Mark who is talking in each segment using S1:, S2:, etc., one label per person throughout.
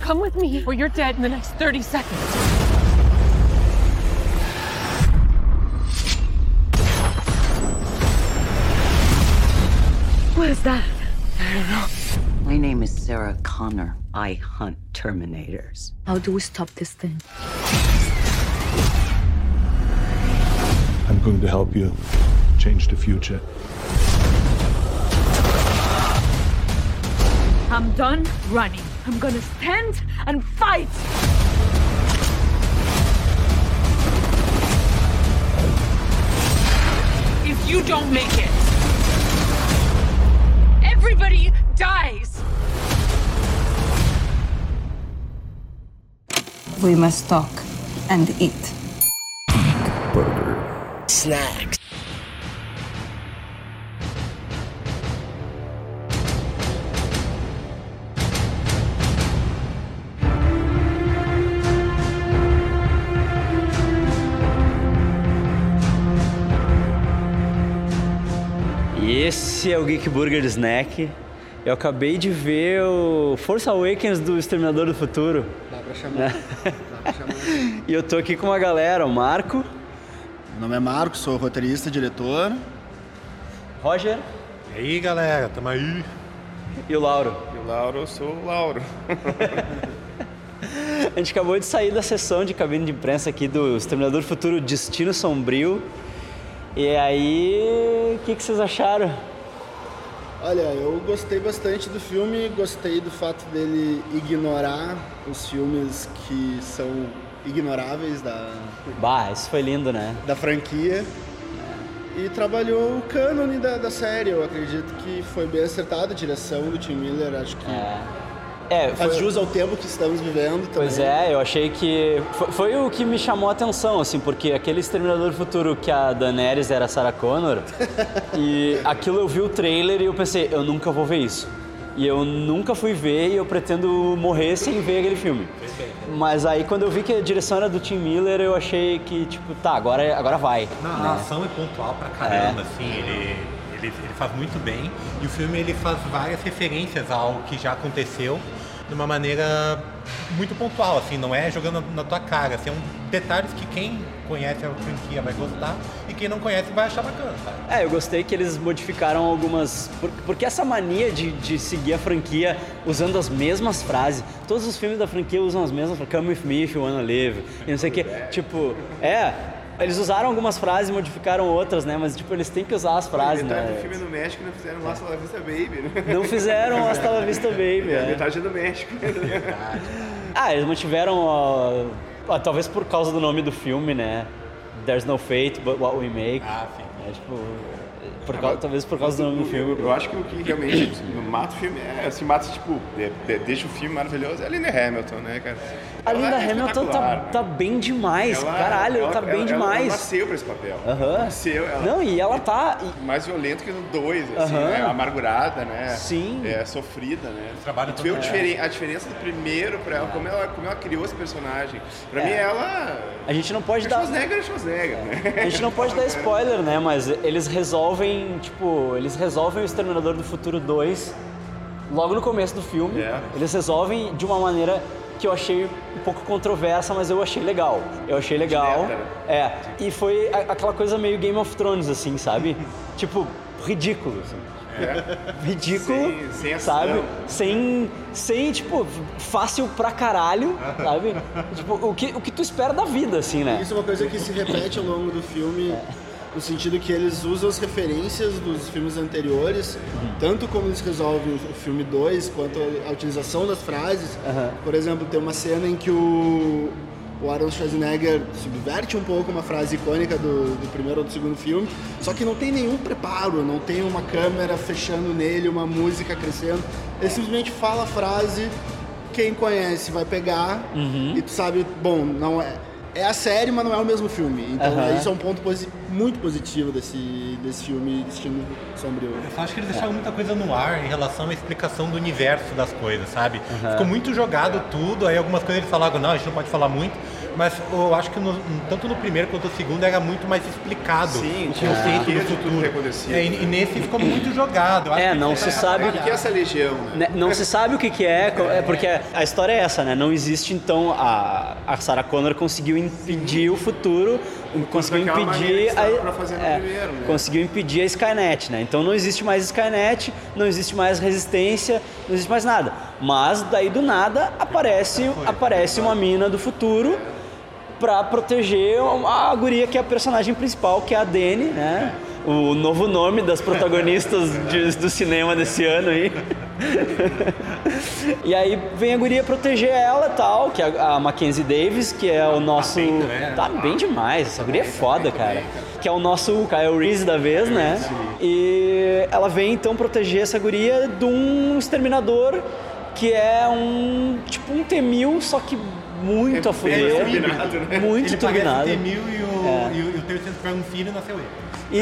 S1: Come with me, or you're dead in the next 30 seconds. What is that?
S2: My name is Sarah Connor. I hunt Terminators.
S3: How do we stop this thing?
S4: I'm going to help you change the future.
S1: I'm done running. I'm gonna stand and fight. If you don't make it, everybody dies.
S5: We must talk and eat.
S6: E esse é o Geek Burger Snack. Eu acabei de ver o Força Awakens do Exterminador do Futuro.
S7: Dá pra chamar. Dá pra chamar.
S6: E eu tô aqui com uma galera, o Marco,
S7: Meu nome é Marco, sou roteirista, diretor.
S6: Roger
S8: E aí, galera, tamo aí.
S6: e o Lauro.
S9: E o Lauro, eu sou o Lauro.
S6: A gente acabou de sair da sessão de cabine de imprensa aqui do Exterminador do Futuro Destino Sombrio. E aí, o que, que vocês acharam?
S7: Olha, eu gostei bastante do filme, gostei do fato dele ignorar os filmes que são ignoráveis da,
S6: Bah, isso foi lindo, né?
S7: da franquia. E trabalhou o cânone da, da série. Eu acredito que foi bem acertado a direção do Tim Miller. Acho que
S6: É,
S7: faz
S6: foi,
S7: jus ao tempo que estamos vivendo também.
S6: Pois é, eu achei que. Foi, foi o que me chamou a atenção, assim, porque aquele Exterminador do Futuro que a Daenerys era a Sarah Connor, e aquilo eu vi o trailer e eu pensei, eu nunca vou ver isso. E eu nunca fui ver e eu pretendo morrer sem ver aquele filme. Mas aí quando eu vi que a direção era do Tim Miller, eu achei que, tipo, tá, agora, agora vai.
S8: Na a ação é pontual pra caramba, assim, ele, ele, ele faz muito bem. E o filme ele faz várias referências ao que já aconteceu de uma maneira muito pontual, assim, não é jogando na tua cara. Assim, é um detalhes que quem conhece a franquia vai gostar e quem não conhece vai achar bacana, sabe?
S6: É, eu gostei que eles modificaram algumas. por- Porque essa mania de, de seguir a franquia usando as mesmas frases. Todos os filmes da franquia usam as mesmas frases. Come with me if you wanna live. E não sei o quê. Tipo, é. Eles usaram algumas frases e modificaram outras, né? Mas, tipo, eles têm que usar as frases,
S9: metade do
S6: né?
S9: filme é no México não fizeram lá La Vista Baby, né?
S6: Não fizeram Hasta la Vista Baby.
S9: A
S6: é.
S9: metade é do México.
S6: Ah, eles mantiveram. ó, ah, talvez por causa do nome do filme, né? There's no fate but what we make.
S8: Ah, sim.
S6: É, tipo. por causa- talvez por causa do nome do filme.
S9: Eu acho que o que realmente mata o filme é, assim, mata, tipo, é- é- deixa o filme maravilhoso é a Linda Hamilton, né, cara?
S6: A
S9: Ela
S6: Linda
S9: é
S6: Hamilton tá,
S9: espetacular.
S6: tá bem demais,
S9: Ela- é-
S6: caralho,
S9: ela-
S6: tá
S9: ela-
S6: bem
S9: ela- Ela
S6: demais.
S9: nasceu pra esse papel.
S6: Aham.
S9: Nasceu, ela-
S6: Não, e ela tá. e-
S9: mais violento que no 2, assim,
S6: Aham.
S9: né? Amargurada, né?
S6: Sim.
S9: É, sofrida, né?
S8: trabalho
S9: E tu vê o
S8: todo-
S9: diferen- a diferença do primeiro pra ela, como ela, como ela criou esse personagem. Pra
S6: É.
S9: mim, ela...
S6: A gente não pode
S9: É
S6: dar.
S9: Schwarzenegger é Schwarzenegger,
S6: A
S9: né?
S6: gente não pode dar spoiler, né? Mas eles resolvem, tipo, eles resolvem o Exterminador do Futuro 2 logo no começo do filme.
S9: É.
S6: Eles resolvem de uma maneira que eu achei um pouco controversa, mas eu achei legal. Eu achei legal.
S9: Direta, né?
S6: É. E foi a- aquela coisa meio Game of Thrones, assim, sabe? tipo, ridículo, assim. Ridículo,
S9: É. Sem- sem ação.
S6: sabe? Sem, sem, tipo, fácil pra caralho, sabe? tipo, o que, o que tu espera da vida, assim, né?
S7: Isso é uma coisa que se repete ao longo do filme, no sentido que eles usam as referências dos filmes anteriores, tanto como eles resolvem o filme 2, quanto a utilização das frases. Por exemplo, tem uma cena em que o, o Aaron Schwarzenegger subverte um pouco uma frase icônica do, do primeiro ou do segundo filme, só que não tem nenhum preparo, não tem uma câmera fechando nele, uma música crescendo. Ele simplesmente fala a frase quem conhece vai pegar e tu sabe, bom, não é. É a série, mas não é o mesmo filme. Então
S6: Aham.
S7: isso é um ponto posi- muito positivo desse, desse filme Destino Sombrio.
S8: Eu só acho que eles deixaram muita coisa no ar em relação à explicação do universo das coisas, sabe? Ficou muito jogado tudo, aí algumas coisas eles falaram, não, a gente não pode falar muito, Mas eu acho que no- tanto no primeiro quanto no segundo era muito mais explicado
S9: Sim,
S8: o
S6: um
S9: tinha
S8: conceito
S9: certeza
S8: do
S9: de tudo
S8: futuro.
S9: que acontecia.
S8: É, e, e nesse ficou muito jogado. Eu acho
S6: né? É,
S8: que
S6: não
S8: isso
S6: se sabe
S9: O que é essa legião, né?
S6: Né, Não se sabe o que, que é, co- é porque a história é essa, né? Não existe, então, a, a Sarah Connor conseguiu impedir o futuro, conseguiu
S9: daquela maneira que
S6: impedir
S9: estava
S6: a, é,
S9: pra fazer no primeiro, né?
S6: conseguiu impedir a Skynet, né? Então não existe mais Skynet, não existe mais resistência, não existe mais nada. Mas daí do nada aparece, aparece uma mina do futuro pra proteger a guria que é a personagem principal, que é a Dani, né? O novo nome das protagonistas de- do cinema desse ano aí. e aí vem a guria proteger ela e tal, que é a a Mackenzie Davis, que é o nosso.
S8: bem, né?
S6: Tá bem demais, essa guria é foda, cara. Que é o nosso Kyle Reese da vez, né? E ela vem então proteger essa guria de um exterminador que é um. tipo um temil, só que muito a fuder.
S9: turbinado, né?
S6: Muito
S8: Ele
S6: turbinado. É.
S8: parece o T-1000 e o, e o, e o terceiro foi um filho e nasceu ele.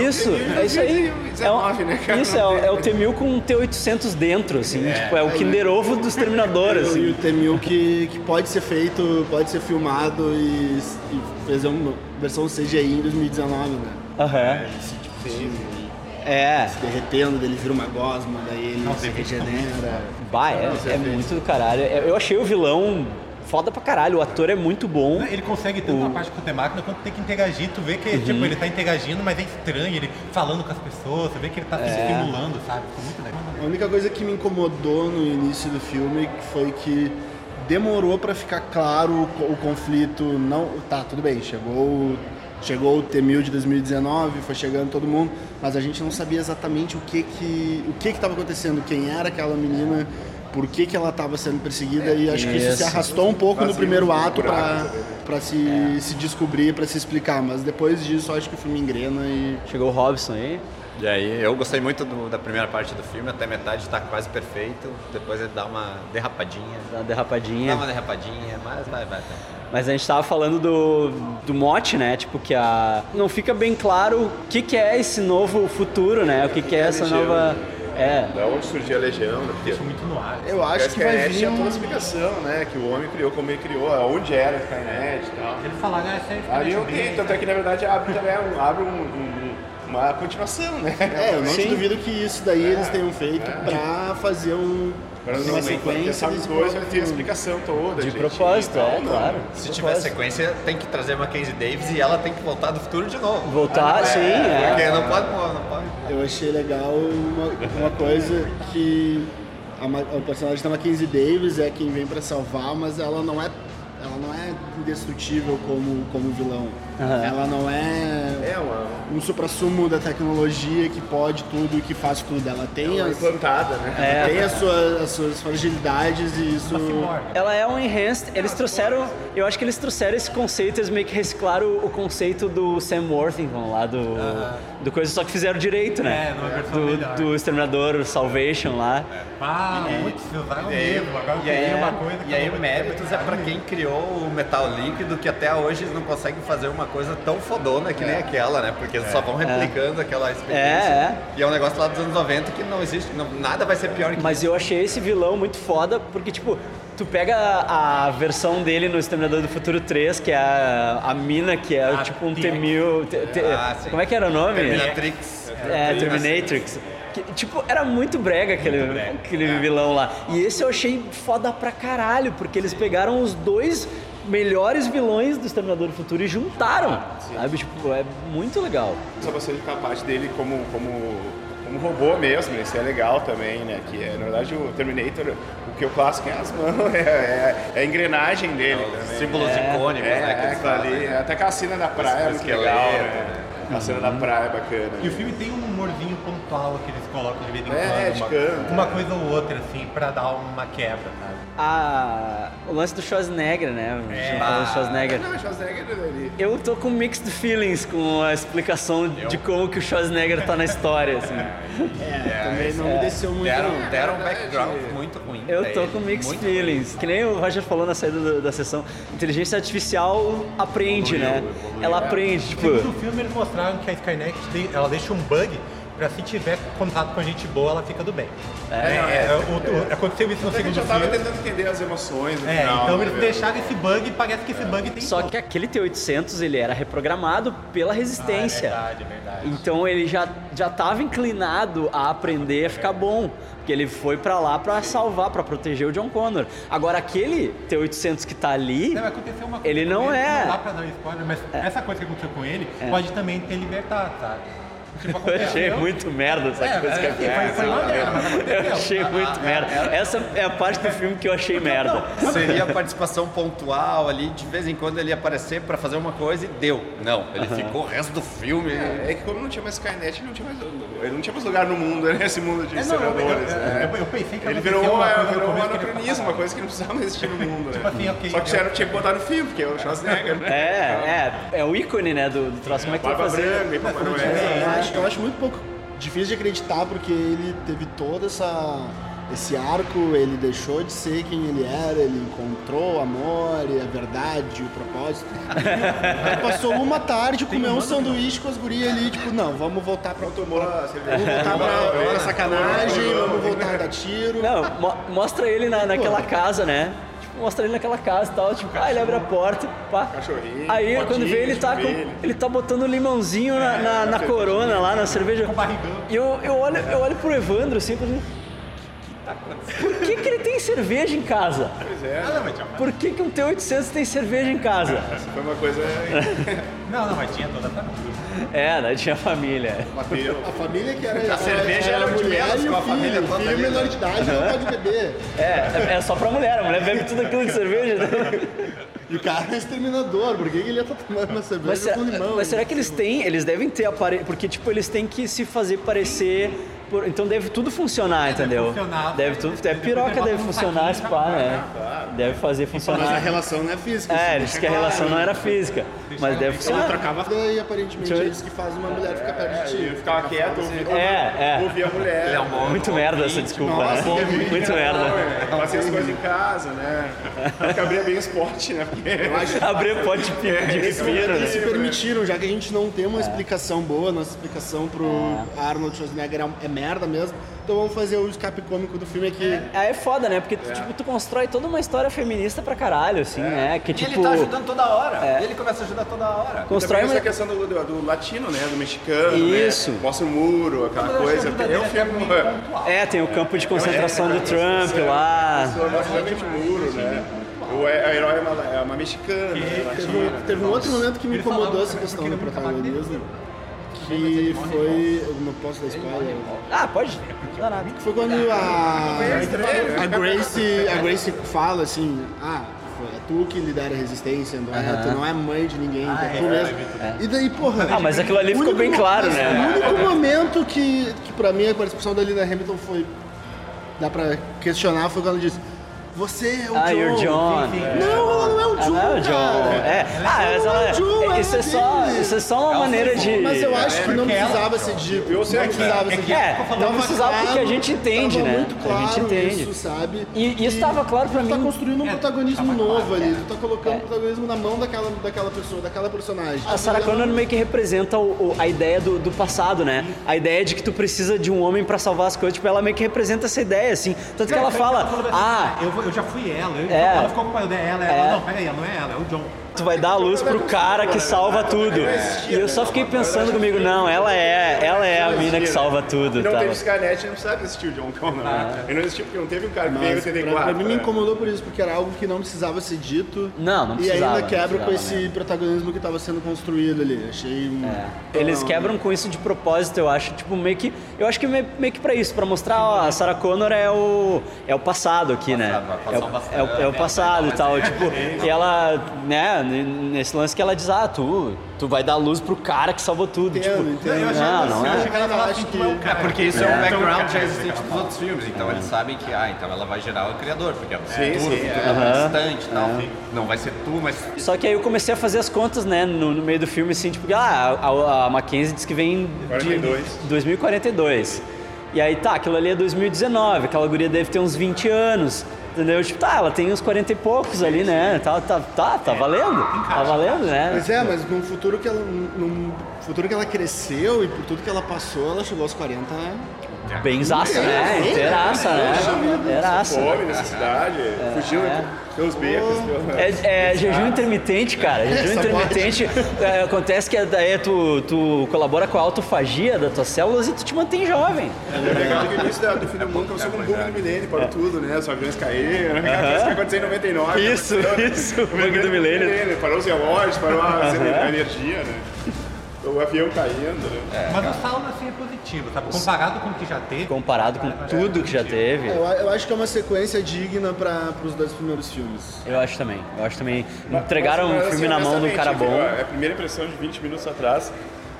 S6: Isso, é isso aí. É um-
S9: 19, né, cara?
S6: Isso, é, o- é o T-1000 com um T-800 dentro, assim. Tipo, é o Kinder Ovo do Exterminador,
S7: E o
S6: assim.
S7: T-1000 que, que pode ser feito, pode ser filmado e, e fazer uma versão CGI em 2019, né?
S6: Aham.
S7: Esse tipo de-
S6: É.
S7: derretendo, ele vira uma gosma, daí ele
S9: é
S7: se regenera.
S6: Bah, é,
S7: Nossa,
S6: é
S7: é
S6: muito do caralho. É, Eu achei o vilão foda pra caralho. O ator é muito bom.
S8: Então, Ele consegue tanto na parte quanto é máquina quanto tem que interagir. Tu vê que
S6: Uhum.
S8: tipo, ele tá interagindo, mas é estranho, ele falando com as pessoas, tu vê que ele
S6: É.
S8: tá se estimulando, sabe? Ficou muito legal.
S7: A única coisa que me incomodou no início do filme foi que demorou pra ficar claro o co- o conflito. Não, tá, tudo bem, chegou, o- chegou o T-1000 de 2019, foi chegando todo mundo, mas a gente não sabia exatamente o que que o que que estava acontecendo, quem era aquela menina, por que que ela estava sendo perseguida e acho que isso se
S6: isso.
S7: arrastou um pouco no
S9: Vazio,
S7: primeiro
S9: um
S7: ato
S9: buraco,
S7: pra para se, se descobrir, pra se explicar, mas depois disso acho que o filme engrena e
S6: Chegou o Robson aí.
S3: E aí, eu gostei muito do- da primeira parte do filme, até metade tá quase perfeito, depois ele dá uma derrapadinha.
S6: Dá uma
S3: Dá
S6: derrapadinha.
S3: uma derrapadinha, mas vai, vai. vai.
S6: Mas a gente tava falando do, do mote, né? Tipo, que a. Não fica bem claro o que, que é esse novo futuro, né? O que, que é essa
S9: Legião.
S6: nova. É.
S9: Da onde surgiu a legião, né? Porque
S8: Ficou muito no ar.
S7: eu é acho que vai
S9: Skynet
S7: vir
S9: é, tinha toda
S7: um...
S9: a explicação, né? Que o homem criou como ele criou, aonde era a Skynet e tal.
S8: Eles falaram, ah, essa é a
S9: Aí eu
S8: Skynet
S9: dei,
S8: B,
S9: tanto é que na verdade abre também um- abre um- um- um- uma continuação, né?
S7: É, eu não te duvido que isso daí eles tenham feito pra fazer um,
S9: Pra não
S7: uma
S9: sequência
S7: sequência
S9: sabe
S7: desse
S9: coisa,
S7: próprio
S9: tem a
S7: filme.
S9: explicação toda.
S6: De
S9: gente.
S6: propósito,
S9: Então,
S6: é,
S9: não.
S6: claro.
S3: Se
S6: De
S3: tiver
S6: propósito.
S3: sequência, tem que trazer a Mackenzie Davis e ela tem que voltar do futuro de novo.
S6: Voltar, sim, é.
S3: Porque não pode, pô, não pode.
S7: Eu achei legal uma, uma coisa que a, Ma- o personagem da Mackenzie Davis é quem vem pra salvar, mas ela não é ela não é indestrutível como, como vilão. Ela não é
S9: É uma,
S7: um suprassumo da tecnologia que pode tudo e que faz tudo. Ela tem,
S9: uma
S7: as,
S9: então, implantada, né?
S6: É.
S7: tem as, suas, as suas fragilidades e isso.
S6: Ela é um enhanced. Eles trouxeram. Eu acho que eles trouxeram esse conceito, eles meio que reciclaram o- o conceito do Sam Worthington lá do. Do coisa, só que fizeram direito, né?
S8: É, numa versão
S6: do,
S8: melhor.
S6: do Exterminador Salvation lá.
S8: Ah, putz, usaram mesmo. Agora
S3: E aí, é,
S8: tem uma coisa que
S3: e aí
S8: eu
S3: o
S8: não
S3: méritos é pra quem criou o metal líquido, que até hoje eles não conseguem fazer uma coisa tão fodona que
S8: É.
S3: nem aquela, né? Porque eles só vão replicando aquela experiência.
S6: É,
S3: E é um negócio lá dos anos 90 que não existe, não- nada vai ser pior que
S6: Mas eu achei esse vilão muito foda, porque, tipo, tu pega a, a versão dele no Exterminador do Futuro 3, que é a, a mina, que é
S8: Ah,
S6: tipo um
S8: tem-
S6: T-1000... T- T-
S3: Ah, sim.
S6: como é que era o nome?
S3: Terminatrix.
S6: É, Terminatrix. Que, tipo, era muito brega aquele, aquele vilão lá. E esse eu achei foda pra caralho, porque eles pegaram os dois melhores vilões do Exterminador do Futuro e juntaram, sabe? Tipo, é muito legal.
S9: Só você ficar a parte dele como, como, como robô mesmo, isso é legal também, né? Que é, na verdade o Terminator, o que eu clássico é as mãos, é, é- é a engrenagem dele né? também.
S3: Símbolos
S9: É,
S3: icônicos, né? que
S9: é,
S3: eles
S9: aquilo ali,
S3: fazem.
S9: é, até aquela cena da praia é
S3: Os- os
S9: muito legal,
S3: esqueletos,
S9: né? A cena da praia é bacana.
S8: E o filme tem um humorzinho pontual que eles colocam de vez em
S9: É, de
S8: quando.
S9: canto.
S8: uma, uma coisa ou outra, assim, pra dar uma quebra, sabe?
S6: Ah, o lance do Schwarzenegger, né? A gente
S8: É.
S6: falou do Schwarzenegger.
S9: Não, Schwarzenegger ali.
S6: Eu tô com mixed feelings com a explicação de como que o Schwarzenegger tá na história, assim.
S7: também não me desceu muito. não.
S3: Deram, deram um background muito ruim. pra
S8: É,
S6: Eu tô
S3: ele,
S6: com mixed
S3: muito
S6: feelings. Que nem o Roger falou na saída do- da sessão. Inteligência artificial aprende, né? Ela aprende, tipo...
S8: No filme eles mostraram que a Skynet tem- ela deixa um bug pra se tiver contato com gente boa, ela fica do bem.
S9: É, não,
S8: É,
S9: é.
S8: o- o- aconteceu isso no
S9: Até que a
S8: segundo
S9: gente já tava
S8: filme.
S9: tentando entender as emoções no
S8: É,
S9: final.
S8: então
S9: né,
S8: eles
S9: velho?
S8: deixaram esse bug e parece que esse bug tem
S6: Só que aquele T-800 ele era reprogramado pela resistência.
S8: Ah, é verdade, verdade.
S6: Então ele já já estava inclinado a aprender a ficar bom, porque ele foi pra lá pra salvar, pra proteger o John Connor. Agora aquele T-800 que tá ali,
S8: Não, aconteceu uma coisa
S6: ele
S8: com
S6: não é.
S8: Não dá pra dar spoiler, mas essa coisa que aconteceu com ele pode também ter libertado, sabe? Tipo,
S6: eu achei
S8: aconteceu.
S6: muito merda essa
S8: É,
S6: coisa que
S8: é,
S6: aconteceu.
S8: foi, foi uma merda, mas aconteceu.
S6: Eu achei muito merda. Essa é a parte do filme que eu achei merda.
S3: Seria a participação pontual ali, de vez em quando ele ia aparecer pra fazer uma coisa e deu. Não, ele ficou o resto do filme.
S9: É que como não tinha mais Skynet, ele não tinha mais, ele não tinha mais lugar no mundo, né? Esse mundo de
S8: É, não, eu-
S9: senadores.
S8: eu-
S9: né?
S8: eu- eu pensei que
S9: ele
S8: aconteceu
S9: virou,
S8: uma
S9: uma-
S8: coisa no
S9: virou um
S8: começo que ele
S9: anacronismo, uma coisa que não precisava existir no mundo, né?
S8: Tipo assim, ok,
S9: Só que
S8: eu-
S9: já tinha que botar no filme, porque é o Schwarzenegger, né?
S6: É, é, é o ícone, né, do, do troço. Como é que vai
S9: Barba
S6: fazer?
S9: branca e Papai Noel.
S3: é?
S7: Eu É, acho, eu acho muito pouco difícil de acreditar porque ele teve todo essa, esse arco, ele deixou de ser quem ele era, ele encontrou o amor, e a verdade, o propósito. Aí passou uma tarde, comeu um sanduíche com as gurias ali, tipo, não, vamos voltar pra outro
S9: Tomou a cerveja.
S7: Vamos voltar pra,
S3: é.
S7: pra sacanagem, vamos voltar a dar tiro.
S6: Não, mo- mostra ele na, naquela casa, né? Tipo, mostra ele naquela casa e tal. Tipo, ah, ele abre a porta, pá.
S9: Cachorrinho,
S6: Aí
S9: potinho É,
S6: quando vê ele
S9: de
S6: tá com.
S9: ovelha.
S6: Ele tá botando limãozinho na, na, na corona lá, na cerveja.
S8: barrigão.
S6: E eu, eu, olho, eu olho pro Evandro assim, falando, por que, que ele tem cerveja em casa?
S9: Pois é,
S8: Ah, não, mas tinha-
S6: Por que, que um T800 tem cerveja em casa?
S9: foi uma coisa
S8: Não, não, mas tinha toda a família.
S6: É, né? Tinha família.
S9: bateu.
S7: A família que era a
S3: cerveja era o de menos,
S7: e o
S3: com a
S7: filho,
S3: família
S7: o
S3: toda
S7: filho
S3: ali, né?
S7: menor de idade não pode beber.
S6: É, é só pra mulher. A mulher bebe tudo aquilo de cerveja. né?
S7: E o cara é exterminador, por que que ele ia estar tomando uma cerveja
S6: Mas será,
S7: com limão?
S6: mas será que eles têm? Eles devem ter aparelho. Porque, tipo, eles têm que se fazer parecer. por- então deve tudo funcionar, entendeu?
S8: funcionar.
S6: deve tudo. Até
S8: Depois
S6: piroca
S8: bota
S6: deve
S8: um
S6: funcionar, se
S8: saquinho
S6: pá,
S8: pra-
S6: né? Deve fazer
S7: Mas a
S6: funcionar.
S7: relação não é física.
S6: É,
S7: assim,
S6: ele disse que a
S7: claro.
S6: relação não era física. Mas deve
S7: Ela
S6: funcionar.
S7: trocava e aparentemente
S6: eu ver.
S7: eles que fazem uma mulher ficar perto de ti.
S9: É, Eu ficava quieto, eu ficava-
S6: É, é.
S9: ouvia a mulher. é
S6: Muito merda essa desculpa, né? Muito merda.
S9: Fazia as coisas em casa, né? Porque abria bem o esporte, né? Porque É,
S6: Abrir pote de pi- de respiro,
S7: Eles se
S6: né?
S7: permitiram, já que a gente não tem uma explicação boa, nossa explicação pro Arnold Schwarzenegger é, é merda mesmo, então vamos fazer o escape cômico do filme aqui.
S6: Aí é foda, né? Porque tu, tipo, tu constrói toda uma história feminista pra caralho, assim, né? Que
S3: E
S6: tipo.
S3: ele tá ajudando toda hora.
S6: é.
S3: Ele começa a ajudar toda hora.
S6: Constrói
S9: Também
S6: uma.
S9: essa questão do, do- do latino, né? Do mexicano,
S6: Isso.
S9: né? Mostra o muro, aquela coisa. Eu filme...
S6: É, tem o campo de concentração do Trump lá.
S9: Mostra realmente o muro, né? O é- a herói é uma, é uma mexicana, né?
S7: Teve,
S9: latina.
S7: teve um outro momento que me
S8: Ele
S7: incomodou
S8: falava
S7: essa questão
S8: porque
S7: do
S8: ele nunca bateu.
S7: protagonismo, que foi... eu não posso dar spoiler.
S6: Ah, pode. Não dá nada.
S7: Foi quando a, a Grace a Grace fala assim, ah, foi- é tu que lidera a resistência, não é, tu não é mãe de ninguém, tu é tu mesmo. E daí, porra. tipo,
S6: Ah, mas aquilo ali
S7: o
S6: ficou
S7: único
S6: bem
S7: mo-
S6: claro,
S7: mas
S6: né?
S7: O único momento que, que pra mim a participação da Linda Hamilton foi. dá pra questionar foi quando ela disse. Você é o
S6: Ah,
S7: John.
S6: you're John.
S7: Não, ela não é o John.
S6: Não é o
S7: cara.
S6: John. É. Ah, mas
S7: Não é o John,
S6: ela.
S7: é
S6: Isso é só,
S7: dele.
S6: isso é só uma maneira de.
S7: Mas eu acho que não
S8: porque ela-
S7: precisava ser dito.
S9: Eu sei
S7: não
S9: que-
S7: precisava ser
S8: é que-
S7: dito.
S6: É,
S8: Tava
S6: não
S7: Tava
S6: precisava
S7: claro,
S6: porque a gente entende,
S7: tava
S6: né?
S7: Muito claro
S6: a gente entende.
S7: Isso, sabe?
S6: E- e isso
S7: Que
S6: tava claro pra
S7: tu Tá
S6: mim. É.
S7: construindo
S9: É,
S7: um protagonismo novo ali. Tu tá colocando o protagonismo na mão daquela, daquela pessoa, daquela personagem.
S6: A Sarah
S7: Ela não-
S6: Connor meio que representa o- o- a ideia do, do passado, né? A ideia de que tu precisa de um homem pra salvar as coisas. Tipo, ela meio que representa essa ideia, assim. Tanto que ela fala, ah,
S8: tá assim, eu, vou- eu já fui ela. Eu,
S6: É.
S8: Ela ficou com o pai dela. Ela,
S6: É.
S8: não, peraí, ela não é ela, é o John.
S6: tu vai dar a luz pro cara que salva tudo. E eu só fiquei pensando comigo, não, ela é, ela é a mina que salva tudo, Ah.
S9: E não
S6: tá?
S9: teve Skynet, não precisava assistir o John Connor. né? Ele não existiu porque não teve um cara que veio em
S7: Mas pra,
S6: é
S9: 84.
S7: pra mim me
S9: né?
S7: incomodou por isso, porque era algo que não precisava ser dito.
S6: Não, não
S7: E
S6: precisava,
S7: ainda
S6: não
S7: quebra com
S6: precisava
S7: esse protagonismo que tava sendo construído ali. Achei um.
S6: É. Eles
S7: Não,
S6: quebram com isso de propósito, eu acho, tipo, meio que. Eu acho que meio, meio que pra isso, pra mostrar, ó, a Sarah Connor é o. é o passado aqui, né? É o, é o- é o passado e tal. Tipo, e ela, né, n- nesse lance que ela diz, ah, tu, tu vai dar luz pro cara que salvou tudo.
S7: Entendo,
S6: tipo,
S7: entendo.
S8: Eu achei
S6: não,
S8: assim,
S6: não
S8: eu
S6: é.
S8: achei que ela
S7: Eu
S8: tava
S7: acho
S8: assim,
S7: que-
S8: tu é o cara.
S3: Porque isso tipo, é, um
S9: Então,
S3: background
S9: cara,
S3: já existente dos outros filmes, então eles sabem que ah, então ela vai gerar o criador, porque é o futuro,
S9: sim,
S3: o futuro
S9: é.
S3: é muito distante e tal. Não vai ser tu, mas
S6: Só que aí eu comecei a fazer as contas, né, no, no meio do filme, assim, tipo, ah, a, a Mackenzie diz que vem de
S9: 42.
S6: 2042. E aí tá, aquilo ali é 2019, aquela guria deve ter uns 20 anos. Entendeu? Tipo, tá, ela tem uns 40 e poucos ali, né? Tá, tá, tá, tá valendo. Tá valendo, né?
S7: Mas é, mas num futuro que ela. Num futuro que ela cresceu e por tudo que ela passou, ela chegou aos 40, né?
S6: Benzaça, né? Inteiraça, né? Inteiraça. né?
S9: Fome, necessidade, fugiu pelos becos. pelo-
S6: É, é jejum intermitente, cara. Jejum
S7: Essa
S6: intermitente é, acontece que daí tu, tu colabora com a autofagia das tuas células e tu te mantém jovem.
S9: É legal que o início da- do fim do mundo começou com um bug do milênio,
S6: É.
S9: parou tudo, né? Os aviões caíram, aquela coisa que aconteceu em 99.
S6: Isso, isso, o bug do milênio.
S9: Parou os relógios, parou a a energia, né? O avião caindo, né?
S8: Mas o saldo assim é positivo, sabe? Comparado com o que já teve.
S6: Comparado com tudo que já teve.
S7: Eu, eu acho que é uma sequência digna para os dois primeiros filmes.
S6: Eu acho também. Eu acho também. Entregaram
S9: Mas,
S6: um
S9: assim,
S6: filme na mão de um cara
S9: honestamente,
S6: bom.
S9: É a primeira impressão de 20 minutos atrás,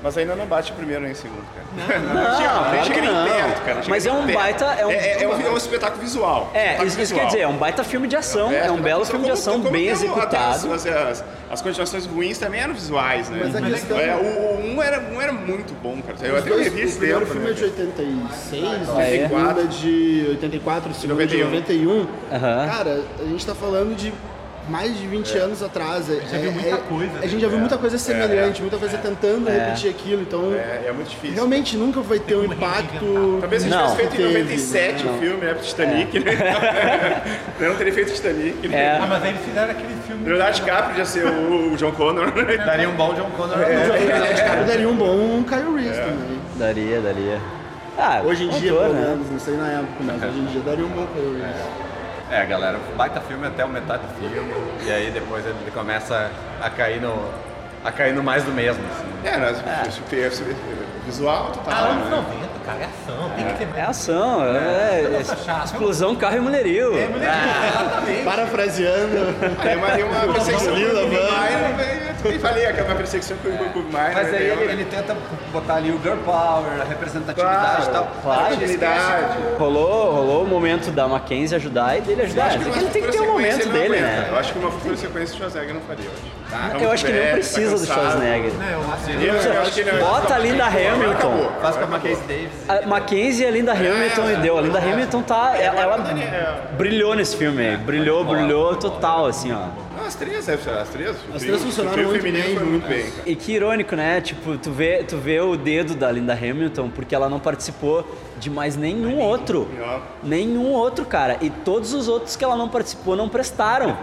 S9: mas ainda não bate o primeiro nem o segundo, cara. Não,
S6: claro que
S9: chega nem
S6: não.
S9: perto, cara. chega
S6: Mas é
S9: nem
S6: um
S9: perto.
S6: baita- é um-
S9: É, é um, é um espetáculo visual.
S6: É,
S9: espetáculo
S6: isso, isso quer
S9: visual.
S6: dizer, é um baita filme de ação, é, um belo filme de
S9: como-
S6: ação
S9: como
S6: bem
S9: tem o- até as-
S6: executado.
S9: As, as, as continuações ruins também eram visuais, né?
S7: Mas a questão-
S9: é, o, o um, era, um era muito bom, cara. Eu até
S7: Dois-
S9: revi
S7: o
S9: esse
S7: primeiro
S9: tempo,
S7: filme
S9: né?
S7: é de 86,
S9: Ah,
S7: o
S9: é? um.
S7: segundo é de 84, o segundo é de 91. Cara, a gente tá falando de mais de 20 anos atrás. É,
S8: já viu
S7: é-
S8: muita
S7: é-
S8: coisa,
S7: A gente já viu
S9: né?
S7: muita coisa semelhante, muita coisa tentando repetir aquilo, então
S9: É, é muito difícil.
S7: realmente nunca vai ter um impacto.
S9: Talvez se
S6: Não.
S9: tivesse feito em
S7: Teve,
S9: 97 o filme, né? pro Titanic, né? Eu não teria feito Titanic. né?
S6: É.
S8: Ah, mas aí eles fizeram aquele filme.
S9: Leonardo DiCaprio já ser o, o John Connor. né?
S3: Daria um bom John Connor.
S7: Eu daria um bom Kyle
S9: É.
S7: Reese também. né?
S6: Daria, daria. Ah,
S7: Hoje em dia,
S6: contou,
S7: pelo menos, não sei na época, mas hoje em dia daria um bom Kyle Reese.
S3: É, galera, baita filme até o metade do filme. E aí depois ele começa a cair no. a cair no mais do mesmo. assim.
S9: É, nós, visual
S8: Ah,
S9: total.
S8: anos
S9: né?
S8: 90, cara, é ação. Tem que ter
S6: É
S8: mais.
S6: ação, é, é explosão, carro e mulherio.
S9: É,
S8: Parafraseando.
S9: Tem é uma, tem uma perseguição com o
S8: Lila
S9: Kurt
S8: Van.
S9: Miner, né? eu também falei, aquela perseguição com o Kurt Miner.
S3: Mas aí
S9: né?
S3: ele, ele tenta botar ali o girl power, a representatividade e
S9: Claro,
S3: tal.
S9: claro.
S3: A gente esquece
S6: Rolou, rolou o momento da Mackenzie ajudar e dele ajudar.
S9: Acho que
S6: Mas
S9: uma
S6: é que ele tem que ter
S9: futura
S6: um
S9: sequência
S6: momento
S9: ele não
S6: dele,
S9: aguenta.
S6: né?
S9: Eu acho que uma futura sequência do Schwarzenegger não faria hoje. Tá
S6: Eu acho que
S9: muito
S6: não
S9: velho,
S6: precisa
S9: tá
S6: do
S9: cansado.
S6: Schwarzenegger.
S8: Eu acho
S3: assim,
S9: Eu- eu acho que ele- é
S6: Bota a Linda Hamilton.
S9: Acabou.
S3: Faz com a Mackenzie Davis.
S6: A Mackenzie e a Linda Hamilton e deu. A Linda Hamilton
S9: É,
S6: tá. Ela, ela brilhou nesse filme aí. Brilhou, brilhou total, assim, ó.
S9: Não, As três, é, as três.
S7: As três funcionaram
S9: O trio
S7: muito
S9: feminino
S7: bem, né?
S9: foi muito bem, cara.
S6: E que irônico, né? Tipo, tu vê, tu vê o dedo da Linda Hamilton porque ela não participou de mais nenhum outro.
S9: nenhum.
S6: Nenhum outro, cara. E todos os outros que ela não participou não prestaram.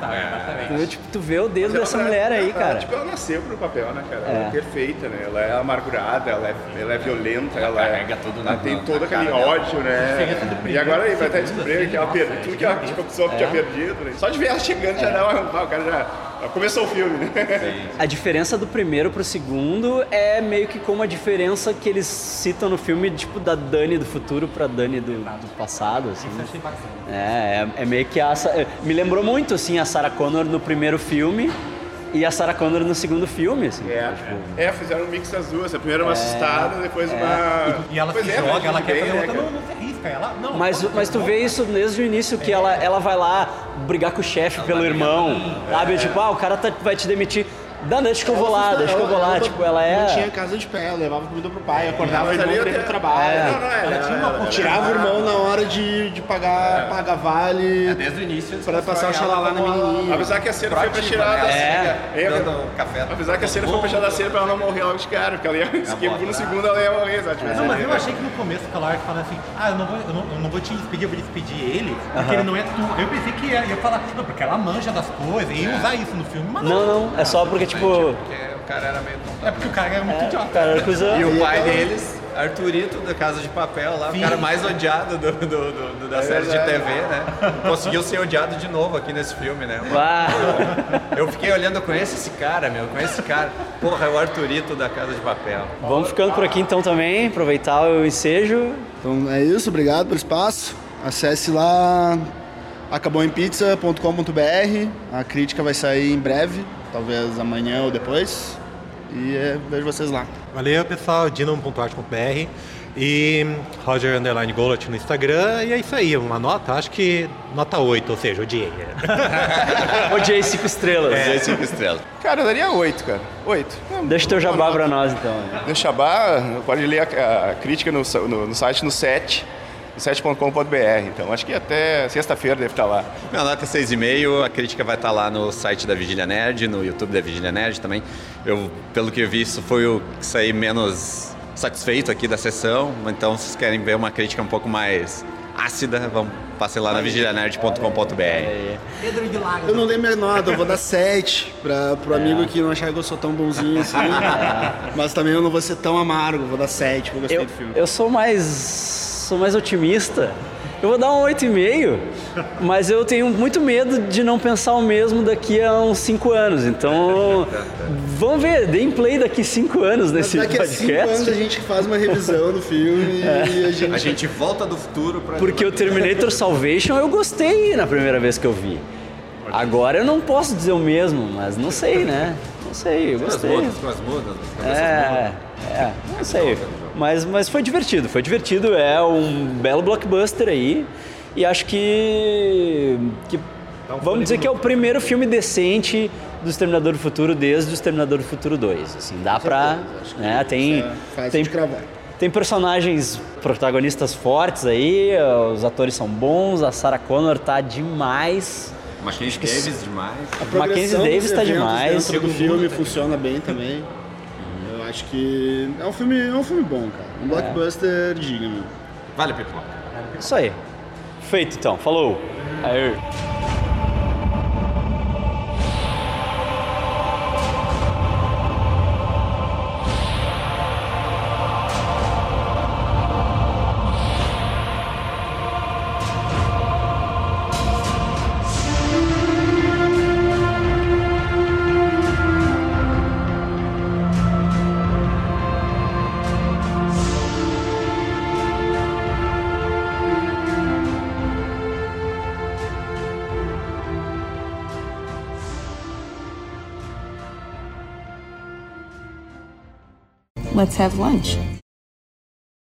S6: Entendeu? Tipo, tu vê o dedo dessa
S9: Ela-
S6: mulher aí,
S9: ela-
S6: cara.
S9: Tipo, ela nasceu pro papel, né, cara? Ela
S6: É.
S9: é perfeita, né? Ela é amargurada, ela é, ela é violenta, ela, é-
S3: carrega tudo na-
S9: ela tem
S3: na-
S9: todo
S3: na
S9: aquele
S3: cara dela.
S9: ódio, né? E agora ele vai até descobrir que ela perdeu tudo que ela tipo, a pessoa tinha perdido. Né? Só de ver ela chegando já dá uma. ah, O cara já. já Começou o filme, né?
S6: A diferença do primeiro pro segundo é meio que como a diferença que eles citam no filme, tipo, da Dani do futuro pra Dani do, do passado, assim. É, é, é meio que a... Sa- é, Me lembrou muito, assim, a Sarah Connor no primeiro filme e a Sarah Connor no segundo filme, assim. tipo,
S9: É, fizeram um mix das duas. né? Primeiro uma assustada, depois uma.
S8: E ela
S9: Pois
S8: se
S9: é,
S8: joga,
S9: mas
S8: ela
S9: tudo
S8: quer
S9: bem,
S8: fazer
S9: né,
S8: outra,
S9: cara?
S8: não, não se arrisca. Ela, não,
S6: Mas,
S8: vamos,
S6: mas tu
S8: vamos.
S6: vê isso desde o início, que ela, ela vai lá brigar com o chefe pelo irmão, sabe? Tipo, ah, o cara tá- vai te demitir. Não, deixa que eu vou lá, deixa que eu vou lá. Tipo, ela
S7: Não tinha
S6: é...
S7: casa de pé, levava comida pro pai, acordava o
S9: Mas
S7: irmão
S9: ali
S7: pra
S9: eu
S7: ir
S9: tenho- É.
S7: pro trabalho.
S9: Não, não, ela, ela, ela, ela-
S7: Tirava o irmão na hora de, de
S9: É.
S7: pagar, pagar vale.
S3: Desde o início.
S7: Pra passar o xalala na menininha.
S9: Apesar que a cena foi pra tirar da
S3: tirada.
S6: É.
S3: É.
S9: É,
S3: Dando café.
S9: Apesar que a cena foi pra tirar da cena pra ela não morrer logo de cara, porque ela ia. Que
S3: bota,
S9: no
S3: né?
S9: segundo ela ia morrer, sabe? Tipo,
S8: Não, mas eu achei que no começo aquela hora que fala assim, ah, eu não vou, eu não, eu não vou te despedir, eu vou despedir ele, porque ele não é tu. Eu pensei que ia, ia falar, não, porque ela manja das coisas, e ia usar isso no filme, mas não.
S6: É. Não, não, é só porque, tipo...
S3: Porque o cara era meio
S8: É
S3: tontado.
S8: porque o cara era muito
S6: É,
S8: idiota.
S6: cara, era cuzão.
S3: E o pai deles, Arthurito da Casa de Papel lá,
S8: Sim. É
S3: o cara mais odiado do- do- do- do- da série de TV, né? Conseguiu ser odiado de novo aqui nesse filme, né?
S6: Bah.
S3: Eu fiquei olhando, conhece esse cara, meu, conhece esse cara. Porra, é o Arthurito da Casa de Papel.
S6: Vamos ficando por aqui então também, aproveitar o ensejo.
S7: Então é isso, obrigado pelo espaço. Acesse lá acabouempizza.com.br. A crítica vai sair em breve, talvez amanhã ou depois. E é, vejo vocês lá.
S8: Valeu, pessoal, dinamo.art.br e Roger Underline Golot no Instagram, e é isso aí, uma nota, acho que nota 8, ou seja, odiei.
S6: Odiei cinco estrelas.
S7: É.
S9: Cara, eu daria oito, cara. Oito.
S6: Deixa o teu jabá pra nós então.
S9: No Xabá, pode ler a, a crítica no, sa- no- no site no 7. 7.com.br. Então acho que até sexta-feira deve estar lá.
S8: Minha nota é 6,5. A crítica vai estar lá no site da Vigília Nerd, no YouTube da Vigília Nerd também. Eu, pelo que eu vi, isso foi o que saí menos satisfeito aqui da sessão. Então, se vocês querem ver uma crítica um pouco mais ácida, vamos passem lá na vigilianerd.com.br.
S10: Pedro de Lago.
S7: Eu não dei minha nota, eu vou dar 7 pra, pro amigo que não achar que eu sou tão bonzinho assim. Mas também eu não vou ser tão amargo, vou dar 7, porque eu gostei
S6: Eu,
S7: do filme.
S6: eu sou mais. sou mais otimista. Eu vou dar um 8,5, mas eu tenho muito medo de não pensar o mesmo daqui a uns 5 anos. Então, vamos ver, dê em play daqui 5 anos nesse
S7: Daqui a 5 anos
S6: podcast. É.
S7: a gente faz uma revisão do filme e a gente.
S8: A gente volta do futuro pra.
S6: Porque o Terminator Salvation eu gostei na primeira vez que eu vi. Agora eu não posso dizer o mesmo, mas não sei, né? Não sei, eu
S8: Com as
S6: gostei.
S8: mudas, com as mudas, com as
S6: É, é, não sei. Mas, mas foi divertido, foi divertido. É um belo blockbuster aí. E acho que. que
S8: um
S6: vamos dizer que é o primeiro filme decente do Exterminador do Futuro desde o Exterminador do Futuro 2. Assim, dá pra. Né, tem,
S7: é, Faz
S6: tem,
S7: de cravar.
S6: tem personagens protagonistas fortes aí, os atores são bons, a Sarah Connor tá demais.
S8: Mackenzie Davis demais.
S7: A progressão
S6: Mackenzie Davis
S7: dos
S6: tá
S7: eventos
S6: demais.
S7: Dentro do filme funciona bem também. Eu acho que é um filme, é um filme bom, cara. Um blockbuster digno.
S8: Vale a pipoca.
S6: Isso aí. Feito então, falou. Aê.
S5: Let's have lunch.